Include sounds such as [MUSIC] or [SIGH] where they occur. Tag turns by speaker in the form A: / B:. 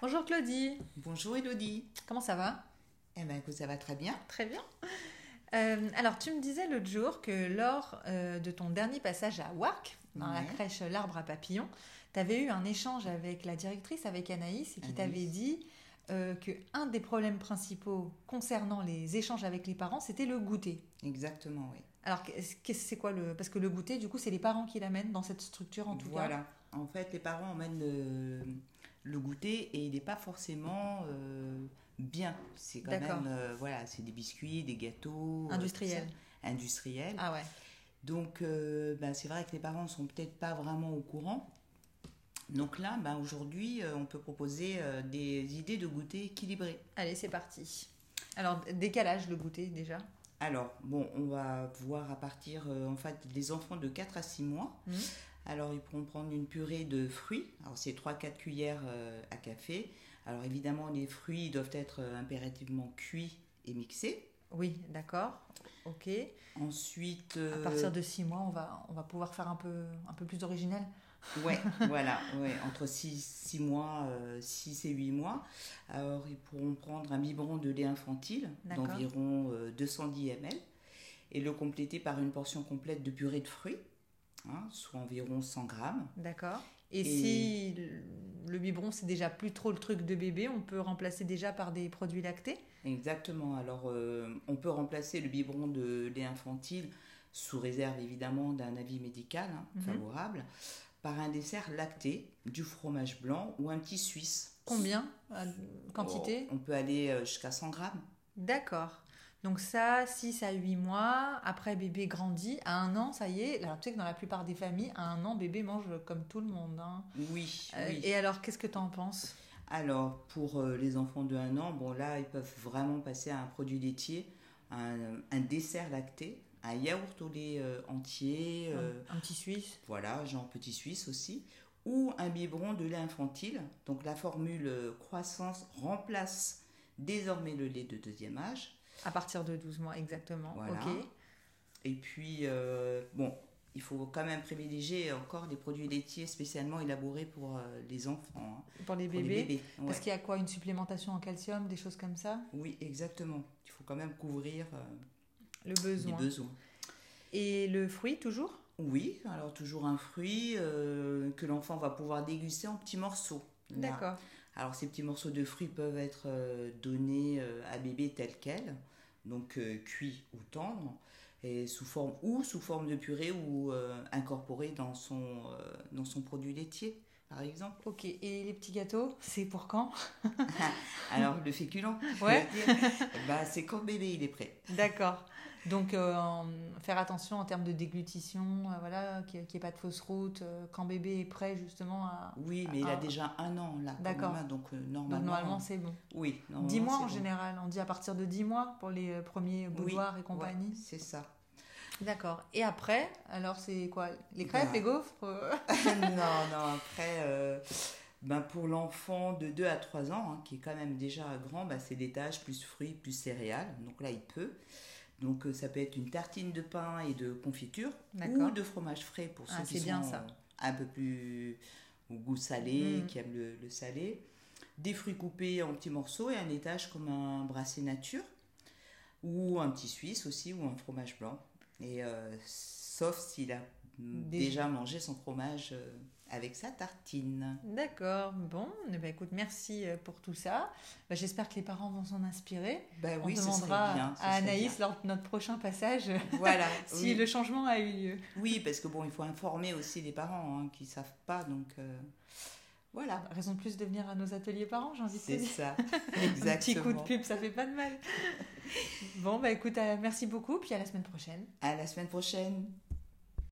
A: Bonjour Claudie.
B: Bonjour Elodie.
A: Comment ça va
B: Eh bien, écoute, ça va très bien.
A: Très bien. Euh, alors, tu me disais l'autre jour que lors euh, de ton dernier passage à Warc, dans la
B: Ouais.
A: crèche L'Arbre à Papillon, tu avais eu un échange avec la directrice, avec Anaïs, et qui
B: Anaïs.
A: t'avait dit euh, que un des problèmes principaux concernant les échanges avec les parents, c'était le goûter.
B: Exactement, oui.
A: Alors, qu'est-ce que c'est quoi le. Parce que le goûter, du coup, c'est les parents qui l'amènent dans cette structure, en tout cas.
B: voilà. En fait, les parents emmènent le, le goûter et il n'est pas forcément euh, bien. C'est quand
A: D'accord.
B: même, euh, voilà, c'est des biscuits, des gâteaux. euh, tout
A: Industriel.
B: ça. Industriels.
A: Ah ouais.
B: Donc, euh, ben, c'est vrai que les parents ne sont peut-être pas vraiment au courant. Donc là, ben, aujourd'hui, euh, on peut proposer euh, des idées de goûter équilibrées.
A: Allez, c'est parti. Alors, décalage, le goûter, déjà.
B: Alors, bon, on va voir à partir, euh, en fait, des enfants de 4 à 6 mois.
A: Mhm.
B: Alors, ils pourront prendre une purée de fruits. Alors, c'est 3-4 cuillères euh, à café. Alors, évidemment, les fruits doivent être euh, impérativement cuits et mixés.
A: Oui, d'accord. Ok.
B: Ensuite...
A: À
B: euh,
A: partir de six mois, on va, on va pouvoir faire un peu, un peu plus original.
B: Ouais, voilà, ouais, entre 6, mois, 6 et 8 mois. Alors, ils pourront prendre un biberon de lait infantile
A: D'accord.
B: d'environ euh, 210 ml et le compléter par une portion complète de purée de fruits, hein, soit environ 100 grammes.
A: D'accord. Et,
B: Et-
A: si le- le biberon, c'est déjà plus trop le truc de bébé, on peut remplacer déjà par des produits lactés.
B: Exactement, alors euh, on peut remplacer le biberon de lait infantile, sous réserve évidemment d'un avis médical hein,
A: Mhm.
B: favorable, par un dessert lacté, du fromage blanc ou un petit suisse. Oh,
A: Combien euh, Quantité
B: On peut aller euh, jusqu'à 100 grammes.
A: D'accord. Donc ça, 6 à 8 mois, après bébé grandit, à un an, ça y est. Alors tu sais que dans la plupart des familles, à un an, bébé mange comme tout le monde. hein.
B: Oui,
A: Euh,
B: oui.
A: Et alors, qu'est-ce que tu en penses
B: Alors, pour euh, les enfants de 1 an, bon là, ils peuvent vraiment passer à un produit laitier, un, euh, un dessert lacté, un yaourt au lait euh, entier, euh,
A: Un petit Suisse
B: voilà, genre petit suisse aussi, ou un biberon de lait infantile. Donc la formule euh, croissance remplace désormais le lait de deuxième âge.
A: À partir de 12 mois, exactement.
B: Voilà.
A: Ok.
B: Et puis, euh, bon, il faut quand même privilégier encore des produits laitiers spécialement élaborés pour euh, les enfants, hein,
A: Pour les
B: pour les
A: bébés.
B: bébés. ouais.
A: Parce qu'il y a quoi Une supplémentation en calcium, des choses comme ça
B: Oui, exactement. Il faut quand même couvrir euh,
A: Le
B: les
A: besoin.
B: besoins.
A: Et le fruit, toujours
B: Oui, alors toujours un fruit euh, que l'enfant va pouvoir déguster en petits morceaux. Là.
A: D'accord.
B: Alors ces petits morceaux de fruits peuvent être euh, donnés euh, à bébé tel quel, donc euh, cuit ou tendre, et sous forme ou sous forme de purée ou euh, incorporé dans son euh, dans son produit laitier, par exemple.
A: Ok. Et les petits gâteaux, c'est pour quand [LAUGHS]
B: Alors le féculent, je
A: Ouais.
B: veux dire, bah, c'est quand bébé il est prêt.
A: D'accord. [LAUGHS] Donc, euh, en- faire attention en termes de déglutition, euh, voilà, qu'il n'y ait, qu'il y ait pas de fausse route, euh, quand bébé est prêt justement à.
B: Oui, mais il
A: Ah.
B: a déjà un an là. quand
A: D'accord.
B: même, hein, donc euh,
A: Donc,
B: normalement.
A: normalement, c'est bon.
B: oui.
A: 10
B: normalement,
A: mois
B: c'est
A: en
B: bon.
A: général, on dit à partir de 10 mois pour les euh, premiers boudoirs et compagnie.
B: Ouais, c'est ça. [LAUGHS]
A: D'accord. Et après, alors c'est quoi Les crêpes,
B: Bah.
A: les gaufres
B: [LAUGHS]
A: euh,
B: non, non, après, euh, ben pour l'enfant de 2 à 3 ans, hein, qui est quand même déjà grand, ben c'est des tâches plus fruits, plus céréales. Donc là, il peut. Donc euh, ça peut être une tartine de pain et de confiture
A: D'accord.
B: ou de fromage frais pour ceux
A: Ah,
B: qui
A: c'est
B: sont
A: bien, ça.
B: euh, un peu plus au goût salé,
A: Mm.
B: qui aiment le, le salé. Des fruits coupés en petits morceaux et un étage comme un brassé nature ou un petit suisse aussi ou un fromage blanc. Et euh, sauf s'il a mm,
A: Déjà.
B: déjà mangé son fromage euh, avec sa tartine.
A: D'accord. Bon, eh ben, écoute, merci euh, pour tout ça. Bah, J'espère que les parents vont s'en inspirer.
B: Ben
A: On
B: oui, ce
A: demandera
B: serait bien. ce
A: à
B: serait
A: Anaïs lors de notre prochain passage euh, [LAUGHS]
B: bien. Voilà.
A: si
B: oui.
A: le changement a eu lieu.
B: Oui, parce que bon, il faut informer aussi les parents hein, qui savent pas, donc euh, voilà.
A: Ah, Raison de plus de venir à nos ateliers parents, j'ai envie de te
B: C'est
A: dire. [LAUGHS] Un
B: ça.
A: petit coup de
B: Exactement.
A: pub, ça fait pas de
B: [LAUGHS]
A: mal. bon, bah écoute, euh, merci beaucoup, puis à la semaine prochaine.
B: À la semaine prochaine.